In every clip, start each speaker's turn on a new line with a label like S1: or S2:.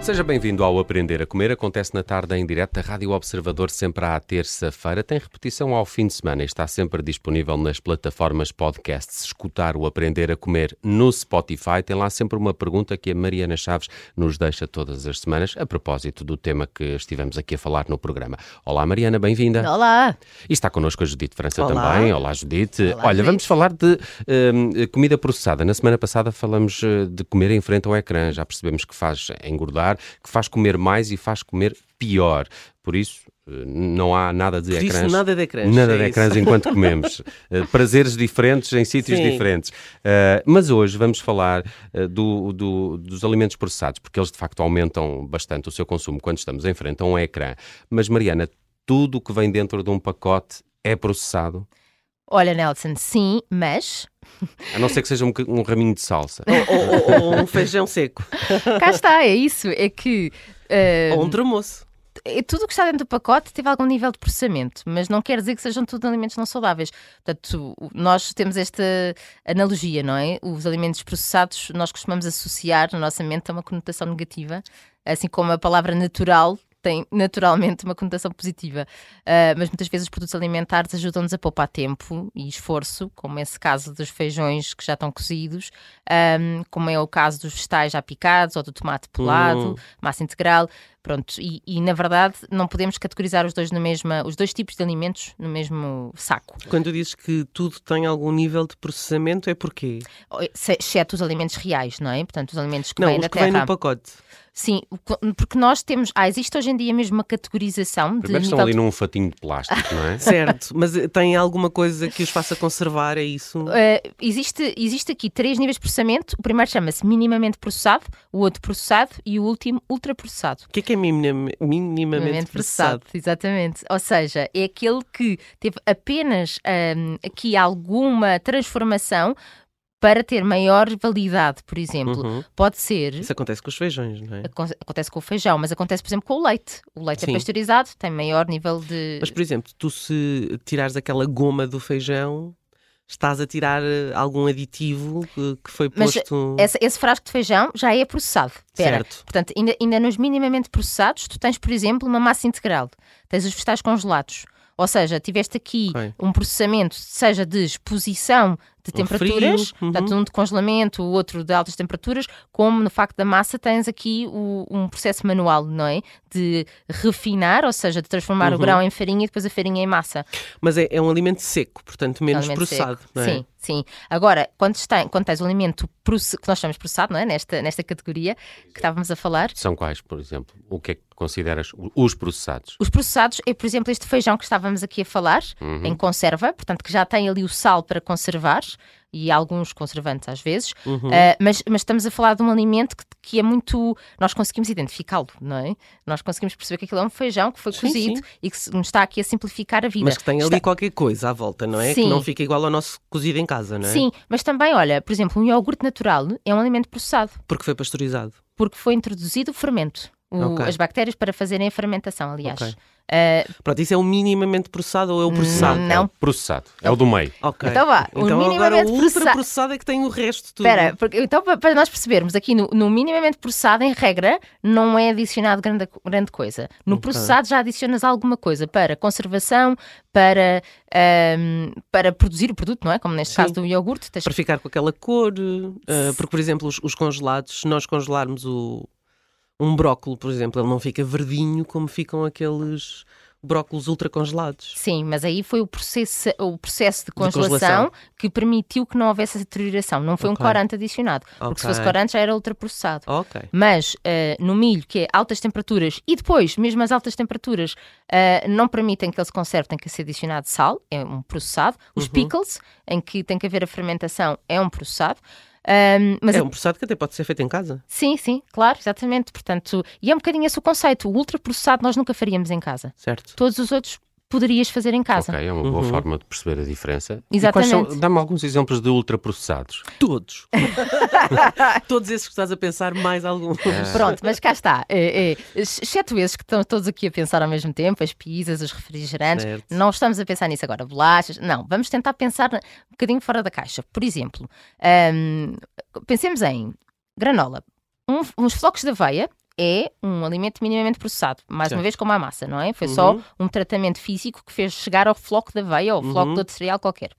S1: Seja bem-vindo ao Aprender a Comer. Acontece na tarde em direto da Rádio Observador, sempre à terça-feira. Tem repetição ao fim de semana e está sempre disponível nas plataformas podcasts. Escutar o Aprender a Comer no Spotify. Tem lá sempre uma pergunta que a Mariana Chaves nos deixa todas as semanas a propósito do tema que estivemos aqui a falar no programa. Olá, Mariana, bem-vinda.
S2: Olá!
S1: E está connosco a Judite França
S2: Olá.
S1: também. Olá, Judite.
S2: Olá,
S1: Olha,
S2: Judite.
S1: vamos falar de hum, comida processada. Na semana passada falamos eh, de comer em frente ao ecrã. Já percebemos que faz engordar, que faz comer mais e faz comer pior. Por isso, eh, não há nada de
S3: Por isso,
S1: ecrãs.
S3: nada de ecrãs,
S1: Nada
S3: é
S1: de
S3: isso.
S1: ecrãs enquanto comemos. Eh, Prazeres diferentes em sítios
S3: Sim.
S1: diferentes. Eh, mas hoje vamos falar eh, do- do- dos alimentos processados, porque eles de facto aumentam bastante o seu consumo quando estamos em frente a um ecrã. Mas, Mariana, tudo o que vem dentro de um pacote é processado,
S2: Olha, Nelson, sim, mas
S1: a não ser que seja um, boca- um raminho de salsa.
S3: Ou, ou- ou um feijão seco.
S2: cá está, é isso. É que eh,
S3: ou um tremoço.
S2: é tudo o que está dentro do pacote teve algum nível de processamento, mas não quer dizer que sejam tudo alimentos não saudáveis. Portanto, o- nós temos esta analogia, não é? Os alimentos processados nós costumamos associar na nossa mente a uma conotação negativa, assim como a palavra natural. Tem naturalmente uma conotação positiva, Ah, mas muitas vezes os produtos alimentares ajudam-nos a poupar tempo e esforço, como esse caso dos feijões que já estão cozidos, ahm, como é o caso dos vegetais já picados ou do tomate pelado,
S3: Hum.
S2: massa integral, pronto. E, e, na verdade não podemos categorizar os dois na mesma, os dois tipos de alimentos no mesmo saco,
S3: Quando dizes que tudo tem algum nível de processamento, é porquê?
S2: eh, Se- exceto os alimentos reais, não é? Portanto, os alimentos que
S3: não,
S2: vêm
S3: os
S2: da
S3: que
S2: terra.
S3: vêm no pacote.
S2: Sim, o co- porque nós temos, ah, existe hoje em dia mesmo uma categorização de
S1: Primeiro estão
S2: nível
S1: ali
S2: de
S1: num fatinho de plástico, não é?
S3: Certo, mas eh, tem alguma coisa que os faça conservar, é isso?
S2: Uh, existe, existe aqui três níveis de processamento. O primeiro chama-se minimamente processado, o outro processado e o último ultraprocessado.
S3: O que é que é minim- minimamente processado?
S2: Exatamente. Ou seja, é aquele que teve apenas hum, aqui alguma transformação para ter maior validade, por exemplo.
S3: Uhum.
S2: Pode ser.
S3: Isso acontece com os feijões, não é?
S2: aconte- Acontece com o feijão, mas acontece, por exemplo, com o leite. O leite é
S3: Sim.
S2: pasteurizado, tem maior nível de.
S3: Mas, por exemplo, tu se tirares aquela goma do feijão, estás a tirar eh, algum aditivo que, que foi
S2: Mas é,
S3: posto...
S2: Essa- esse frasco de feijão já é processado. Pera,
S3: Certo.
S2: Portanto, ainda, ainda nos minimamente processados, tu tens, por exemplo, uma massa integral, tens os vegetais congelados. Ou seja, tiveste aqui
S3: Ok.
S2: um processamento, seja de exposição de
S3: Um
S2: temperaturas,
S3: frio, uhum.
S2: portanto, um de congelamento, o outro de altas temperaturas, como no facto da massa tens aqui o- um processo manual, não é? De refinar, ou seja, de transformar o
S3: Uhum.
S2: grão em farinha e depois a farinha em massa.
S3: Mas é, é um alimento seco, portanto, menos
S2: um Alimento
S3: processado,
S2: seco.
S3: não é?
S2: Sim, sim. Agora, quando, está, quando tens o alimento proce- que nós chamamos processado, não é? Nesta, nesta categoria que estávamos a falar,
S1: São quais, por exemplo? O que é que consideras os processados?
S2: Os processados é, por exemplo, este feijão que estávamos aqui a falar,
S3: Uhum.
S2: em conserva, portanto, que já tem ali o sal para conservar e alguns conservantes às vezes,
S3: Uhum.
S2: ah, mas, mas estamos a falar de um alimento que, que é muito. Nós conseguimos identificá-lo, não é? Nós conseguimos perceber que aquilo é um feijão que foi
S3: Sim,
S2: cozido
S3: sim.
S2: e que se- nos está aqui a simplificar a vida.
S3: Mas que tem ali
S2: Está-
S3: qualquer coisa à volta, não é?
S2: Sim.
S3: Que não fica igual ao nosso cozido em casa, não é?
S2: Sim, mas também, olha, por exemplo, um iogurte natural é um alimento processado.
S3: Porque foi pasteurizado.
S2: porque foi introduzido o fermento. o-
S3: Ok.
S2: As bactérias para fazerem a fermentação, aliás.
S3: Ok.
S2: Ah,
S3: Pronto, isso é o minimamente processado ou é o processado?
S2: Não.
S1: É o processado. É o do meio.
S3: Ok.
S2: Hum. Então vá, o
S3: Então agora o
S2: minimamente processa-
S3: ultra processado é que tem o resto tudo.
S2: Espera, porque- então pa- para nós percebermos aqui no, no minimamente processado, em regra, não é adicionado grande, co- grande coisa. No
S3: Ok.
S2: processado já adicionas alguma coisa para conservação, para, ahm, para produzir o produto, não é? Como neste
S3: Sim.
S2: caso do iogurte, tens
S3: Para ficar com aquela cor. eh, porque, por exemplo, os, os congelados, se nós congelarmos o, um brócolo, por exemplo, ele não fica verdinho como ficam aqueles brócolos ultra congelados.
S2: Sim, mas aí foi o processo, o processo de congelação,
S3: congelação.
S2: que permitiu que não houvesse essa deterioração. Não foi um
S3: Ok.
S2: corante adicionado, porque se fosse
S3: Ok.
S2: corante já era ultraprocessado.
S3: Ok.
S2: Mas eh, no milho, que é altas temperaturas, e depois, mesmo as altas temperaturas, eh, não permitem que ele se conserve, tem que ser adicionado sal, é um processado. Os
S3: Uhum.
S2: pickles, em que tem que haver a fermentação, é um processado. Ahm, mas
S3: é
S2: a-
S3: um processado que até pode ser feito em casa.
S2: Sim, sim, claro, exatamente. Portanto, e é um bocadinho esse o conceito. O ultraprocessado nós nunca faríamos em casa.
S3: Certo.
S2: Todos os outros poderias fazer em casa.
S1: Ok, é uma boa
S3: Uhum.
S1: forma de perceber a diferença.
S2: Exatamente.
S1: E quais são- Dá-me alguns exemplos de ultraprocessados.
S3: Todos. Todos esses que estás a pensar, mais alguns.
S2: Pronto, mas cá está. É, é, ex- Exceto esses que estão todos aqui a pensar ao mesmo tempo, as pizzas, os refrigerantes.
S3: Certo.
S2: Não estamos a pensar nisso agora, bolachas. Não, vamos tentar pensar um bocadinho fora da caixa. Por exemplo, hum, pensemos em granola, um- uns flocos de aveia é um alimento minimamente processado. Mais
S3: Certo.
S2: uma vez, como a massa, não é? Foi
S3: Uhum.
S2: só um tratamento físico que fez chegar ao floco da aveia ou ao floco
S3: Uhum.
S2: de outro cereal qualquer.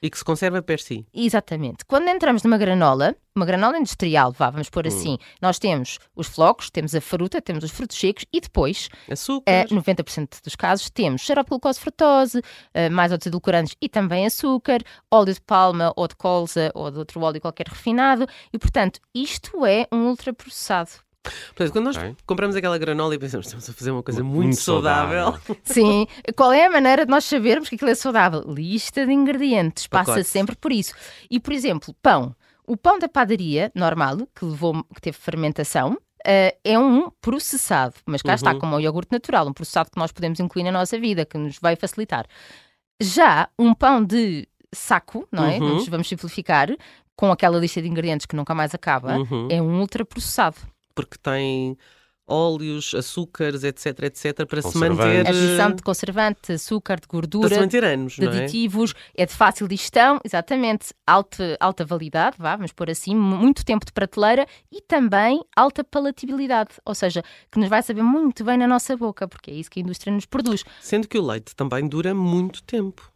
S3: E que se conserva per si.
S2: Exatamente. Quando entramos numa granola, uma granola industrial, vá, vamos pôr
S3: Hum.
S2: assim, nós temos os flocos, temos a fruta, temos os frutos secos e depois,
S3: Açúcar.
S2: eh, 90% dos casos, temos xarope de glucose frutose, eh, mais outros edulcorantes e também açúcar, óleo de palma ou de colza ou de outro óleo qualquer refinado e, portanto, isto é um ultraprocessado.
S3: Portanto, quando nós
S1: Ok.
S3: compramos aquela granola e pensamos, estamos a fazer uma coisa muito,
S1: Muito
S3: saudável.
S2: Sim. Qual é a maneira de nós sabermos que aquilo é saudável? Lista de ingredientes. Passa
S3: Pacotes.
S2: sempre por isso. E, por exemplo, pão. O pão da padaria normal, que, levou, que teve fermentação, eh, é um processado. Mas cá está,
S3: Uhum.
S2: como o iogurte natural, um processado que nós podemos incluir na nossa vida, que nos vai facilitar. Já um pão de saco, não é?
S3: Uhum.
S2: Vamos, vamos simplificar, com aquela lista de ingredientes que nunca mais acaba,
S3: Uhum.
S2: é um ultraprocessado.
S3: Porque tem óleos, açúcares, etc, etc, para se
S1: Conservantes.
S3: manter.
S2: Adição de conservante, açúcar, de
S3: Para se
S2: gordura,
S3: manter anos,
S2: de
S3: não é?
S2: aditivos, é de fácil digestão, exatamente, alta, alta validade, vá, vamos pôr assim, mu- muito tempo de prateleira e também alta palatabilidade, ou seja, que nos vai saber muito bem na nossa boca, porque é isso que a indústria nos produz.
S3: Sendo que o leite também dura muito tempo.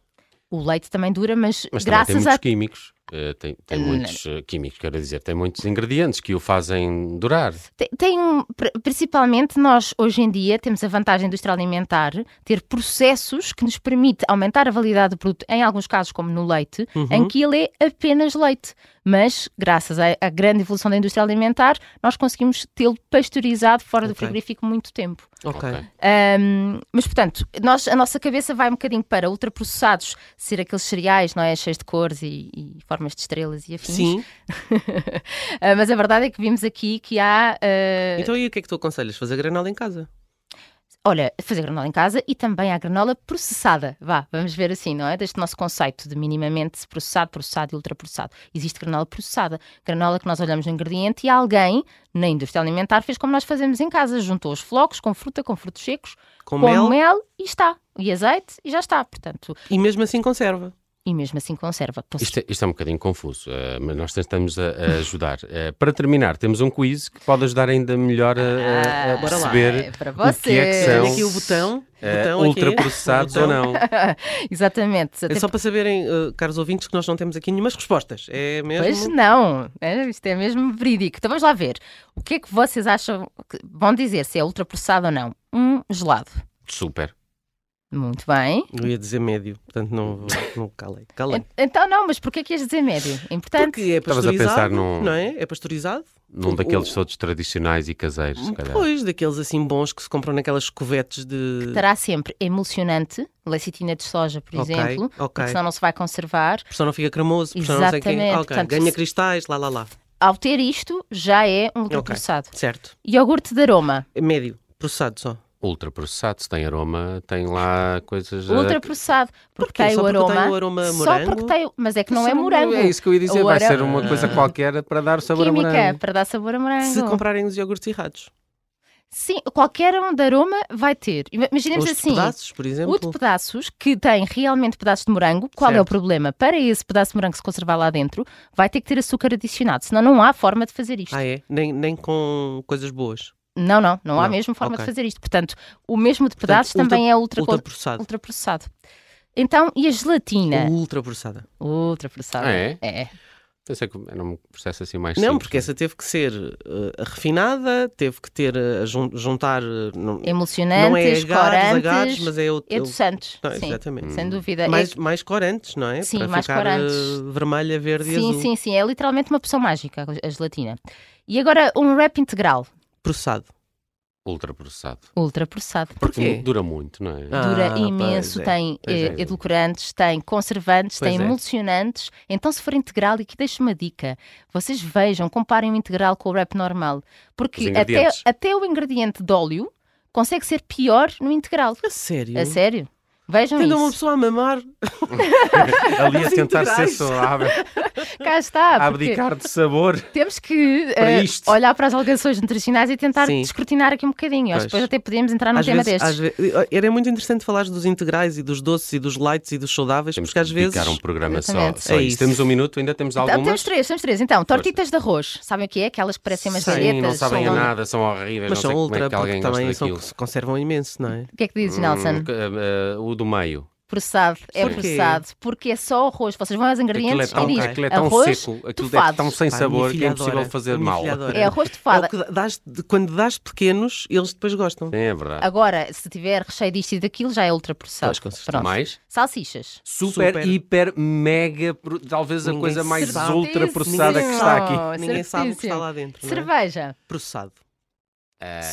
S2: O leite também dura, mas,
S1: Mas também tem
S2: graças
S1: muitos
S2: a. Hum.
S1: químicos. eh, tem tem
S2: Não.
S1: muitos eh, químicos, quero dizer, tem muitos ingredientes que o fazem durar.
S2: Tem, tem um- pr- principalmente nós, hoje em dia, temos a vantagem indústria alimentar, ter processos que nos permite aumentar a validade do produto, em alguns casos, como no leite,
S3: Uhum.
S2: em que ele é apenas leite. Mas, graças à, à grande evolução da indústria alimentar, nós conseguimos tê-lo pasteurizado fora do
S3: Ok.
S2: frigorífico muito tempo.
S3: Ok.
S1: Ok.
S2: Ahm, mas, portanto, nós, a nossa cabeça vai um bocadinho para ultraprocessados, ser aqueles cereais, não é? Cheios de cores e, e formas de estrelas e afins.
S3: Sim.
S2: Ah, mas a verdade é que vimos aqui que há. ah,
S3: Então e o que é que tu aconselhas? Fazer granola em casa?
S2: Olha, fazer granola em casa e também a granola processada. Vá, vamos ver assim, não é? Deste nosso conceito de minimamente processado, processado e ultraprocessado. Existe granola processada. Granola que nós olhamos no ingrediente e alguém na indústria alimentar fez como nós fazemos em casa. Juntou os flocos com fruta, com frutos secos,
S3: Com,
S2: com
S3: mel,
S2: mel e está. E azeite e já está. Portanto,
S3: e mesmo assim conserva.
S2: e mesmo assim conserva. Posso-
S1: Isto é, isto é um bocadinho confuso, eh, mas nós tentamos a, a ajudar. Eh, para terminar, temos um quiz que pode ajudar ainda melhor a, a- a
S2: Ah,
S3: eh, bora lá.
S1: perceber
S2: é para
S1: o que é que
S2: vocês.
S1: são
S3: Olha aqui o botão.
S1: eh,
S3: botão aqui.
S1: ultraprocessados ou não.
S2: Exatamente.
S3: É
S2: Até
S3: só para saberem, eh, caros ouvintes, que nós não temos aqui nenhumas respostas. É mesmo.
S2: Pois não, É, isto é mesmo verídico. Então vamos lá ver. O que é que vocês acham? Que vão dizer se é ultraprocessado ou não? Um gelado.
S1: Super.
S2: Muito bem.
S3: Eu ia dizer médio, portanto não, vou- não calei. Calei.
S2: En- Então não, mas porquê que ias dizer médio? É importante.
S3: Porque é
S1: Estavas a
S3: pasteurizado,
S1: pensar num-
S3: não é? É pasteurizado.
S1: Num daqueles
S3: O- Hum,
S1: todos tradicionais e caseiros, se calhar.
S3: Pois, daqueles assim bons que se compram naquelas covetes
S1: Eh,
S3: de...
S2: Terá sempre emulsionante, lecitina de soja, por
S3: Ok,
S2: exemplo,
S3: ok.
S2: porque senão não se vai conservar.
S3: Porque senão não fica cremoso, porque senão não sei quem...
S2: Exatamente,
S3: Ok,
S2: portanto,
S3: ganha
S2: se-
S3: cristais, lá, lá, lá.
S2: Ao ter isto, já é um ultraprocessado.
S3: Certo. É
S2: Iogurte de aroma,
S3: Médio, processado só.
S1: Ultraprocessado, se tem aroma, tem lá coisas. eh,
S2: ultraprocessado, porque
S3: Porquê?
S2: tem
S3: Só
S2: o
S3: porque
S2: aroma.
S3: tem o aroma
S2: Só
S3: morango?
S2: porque tem, mas é que não
S1: Isso
S2: é morango.
S1: É isso que eu ia dizer,
S2: O
S1: vai ser
S2: aroma-
S1: uma coisa qualquer para dar sabor
S2: Química
S1: a morango.
S2: para dar sabor a morango.
S3: Se comprarem os iogurtes errados.
S2: Sim, qualquer um de aroma vai ter. Ima- Imaginemos
S3: Os de
S2: assim.
S3: pedaços, por exemplo.
S2: O de pedaços, que tem realmente pedaços de morango, qual é o
S3: Certo.
S2: problema? Para esse pedaço de morango se conservar lá dentro, vai ter que ter açúcar adicionado, senão não há forma de fazer isto.
S3: Ah, é? Nem, nem com coisas boas.
S2: Não, não, não há
S3: Não,
S2: mesmo forma
S3: ok.
S2: de fazer isto. Portanto, o mesmo de
S3: Portanto,
S2: pedaços
S3: ultra-
S2: também é ultra,
S3: Ultraprocessado.
S2: ultraprocessado. Então, e a gelatina?
S3: Ultraprocessada.
S2: Ultraprocessada.
S1: Ah, é?
S2: É.
S1: Pensei que era um processo assim mais
S3: Não,
S1: simples.
S3: porque essa teve que ser eh, refinada, teve que ter eh, jun- juntar. eh, não, não é
S2: Emulsionantes,
S3: agares,
S2: corantes,
S3: agares, mas é outro.
S2: é dos santos. sim,
S3: exatamente.
S2: sem dúvida. É-
S3: Mais, mais corantes, não é?
S2: Sim,
S3: Para
S2: mais
S3: ficar eh,
S2: corantes.
S3: vermelha, verde e
S2: Sim,
S3: azul.
S2: sim, sim. É literalmente uma poção mágica, a gelatina. E agora um wrap integral,
S3: Processado.
S1: Ultraprocessado.
S2: ultra processado.
S1: Porque
S3: Porquê?
S1: dura muito, não é?
S3: Ah,
S2: Dura
S3: pois
S2: imenso,
S3: é,
S2: tem
S1: pois
S2: eh,
S1: é.
S2: edulcorantes, tem conservantes,
S3: Pois
S2: tem
S3: é.
S2: emulsionantes. Então, se for integral, e aqui deixo uma dica: vocês vejam, comparem o integral com o wrap normal,
S1: Os
S2: porque até,
S1: ingredientes.
S2: até o ingrediente de óleo consegue ser pior no integral.
S3: A sério? Então,
S2: A sério? Vejam
S3: Tendo uma
S2: isso.
S3: pessoa a mamar, Ah,
S1: Ali a
S3: assim,
S1: tentar ser
S3: Desintegrais.
S1: saudável,
S3: Ah,
S2: Cá está.
S1: a
S2: porque-
S1: abdicar de sabor.
S2: Temos que
S1: Para
S2: eh,
S1: isto.
S2: olhar para as alegações nutricionais e tentar
S3: Sim.
S2: descortinar aqui um bocadinho. Acho que
S3: Pois.
S2: depois até podíamos entrar num
S3: às
S2: tema
S3: vezes, às
S2: destes.
S3: ve- era muito interessante falar dos integrais e dos doces e dos lights e dos saudáveis,
S1: Temos
S3: porque às
S1: que
S3: vezes
S1: dedicar um programa só,
S2: Exatamente.
S1: só
S3: É
S1: isso.
S3: isso.
S1: Temos um minuto, ainda temos
S2: Então,
S1: algumas.
S2: temos três, temos três. Então, tortitas de arroz. Sabem o que é? Aquelas que parecem umas
S3: Sim,
S1: Sim, não
S2: galhetas.
S1: sabem a
S2: são-
S1: nada, são horríveis,
S3: mas
S1: não
S3: são
S1: sei como
S3: ultra
S1: é que
S3: porque
S1: alguém gosta
S3: também são,
S1: daquilo.
S3: se conservam imenso, não é?
S2: O que é que dizes, Nelson?
S1: Hum, que- eh, o do meio.
S2: Processado. É
S3: Porquê?
S2: processado. Porque é só arroz. Vocês vão aos
S1: Aquilo é
S2: ingredientes
S1: tão,
S2: e diz
S1: aquilo é tão
S2: arroz
S1: seco, aquilo é
S2: tufado.
S1: tão sem
S3: Pá, a
S1: sabor
S3: minha
S1: que
S3: filha
S1: é impossível
S3: adora,
S1: fazer
S3: a minha
S1: mal.
S3: filha adora.
S2: É arroz
S3: É
S2: tufado.
S3: o que dás de- quando dás pequenos, eles depois gostam.
S1: Sim, é
S3: Ah,
S1: verdade.
S2: Agora, se tiver recheio disto e daquilo, já é ultraprocessado.
S3: Pois, com certeza.
S2: Pronto.
S1: Mais?
S2: Salsichas.
S1: Super,
S3: Super.
S1: hiper, mega, pro- talvez a
S3: Ninguém
S1: coisa mais
S3: sabe.
S1: ultra processada que
S2: Certíssimo.
S1: está aqui.
S3: Ninguém sabe o que está
S2: é Certíssimo.
S3: lá dentro. não é?
S2: Cerveja.
S3: Processado.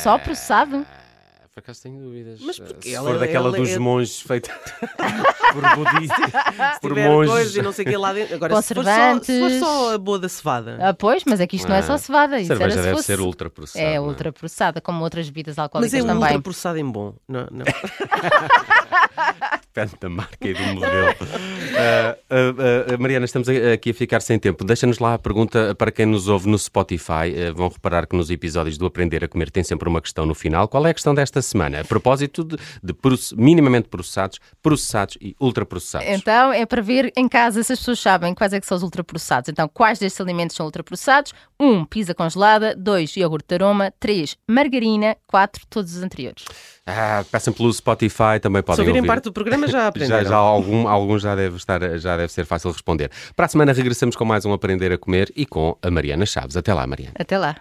S2: Só processado?
S1: Ah, É, Por acaso tenho dúvidas.
S3: Mas porque
S1: Se
S3: ela-
S1: for daquela
S3: ela
S1: dos
S3: é-
S1: monges feita por budistas,
S3: Se
S1: por
S3: tiver
S1: monges.
S3: coisa e não sei o que lá dentro. Agora, se for, só, se for
S2: Conservantes.
S3: só a boa da cevada.
S2: Ah, pois, mas é que isto não
S1: Ah,
S2: é só cevada. Isso era
S1: cerveja
S2: se
S1: deve
S2: fosse-
S1: ser ultra processada.
S2: É
S1: não
S2: ultraprocessada, como outras bebidas
S3: Mas
S2: alcoólicas
S3: é um
S2: também.
S3: ultra processado em bom. Não, não.
S1: Depende da marca e do modelo. Ah, ah, ah, Mariana, estamos a- aqui a ficar sem tempo. Deixa-nos lá a pergunta para quem nos ouve no Spotify. Ah, vão reparar que nos episódios do Aprender a Comer tem sempre uma questão no final. Qual é a questão desta semana? A propósito de, de proce- minimamente processados, processados e ultraprocessados.
S2: Então é para ver em casa se as pessoas sabem quais é que são os ultraprocessados. Então, quais destes alimentos são ultraprocessados? 1. Um, pizza congelada. 2. Iogurte de aroma. 3. Margarina. 4. Todos os anteriores.
S1: Ah, peçam pelo Spotify, também
S3: Se
S1: podem
S3: ouvirem
S1: ouvir.
S3: parte do programa, já
S1: Já,
S3: aprenderam.
S1: já algum, algum já deve estar, já deve ser fácil responder. Para a semana regressamos com mais um Aprender a Comer e com a Mariana Chaves. Até lá, Mariana.
S2: Até lá.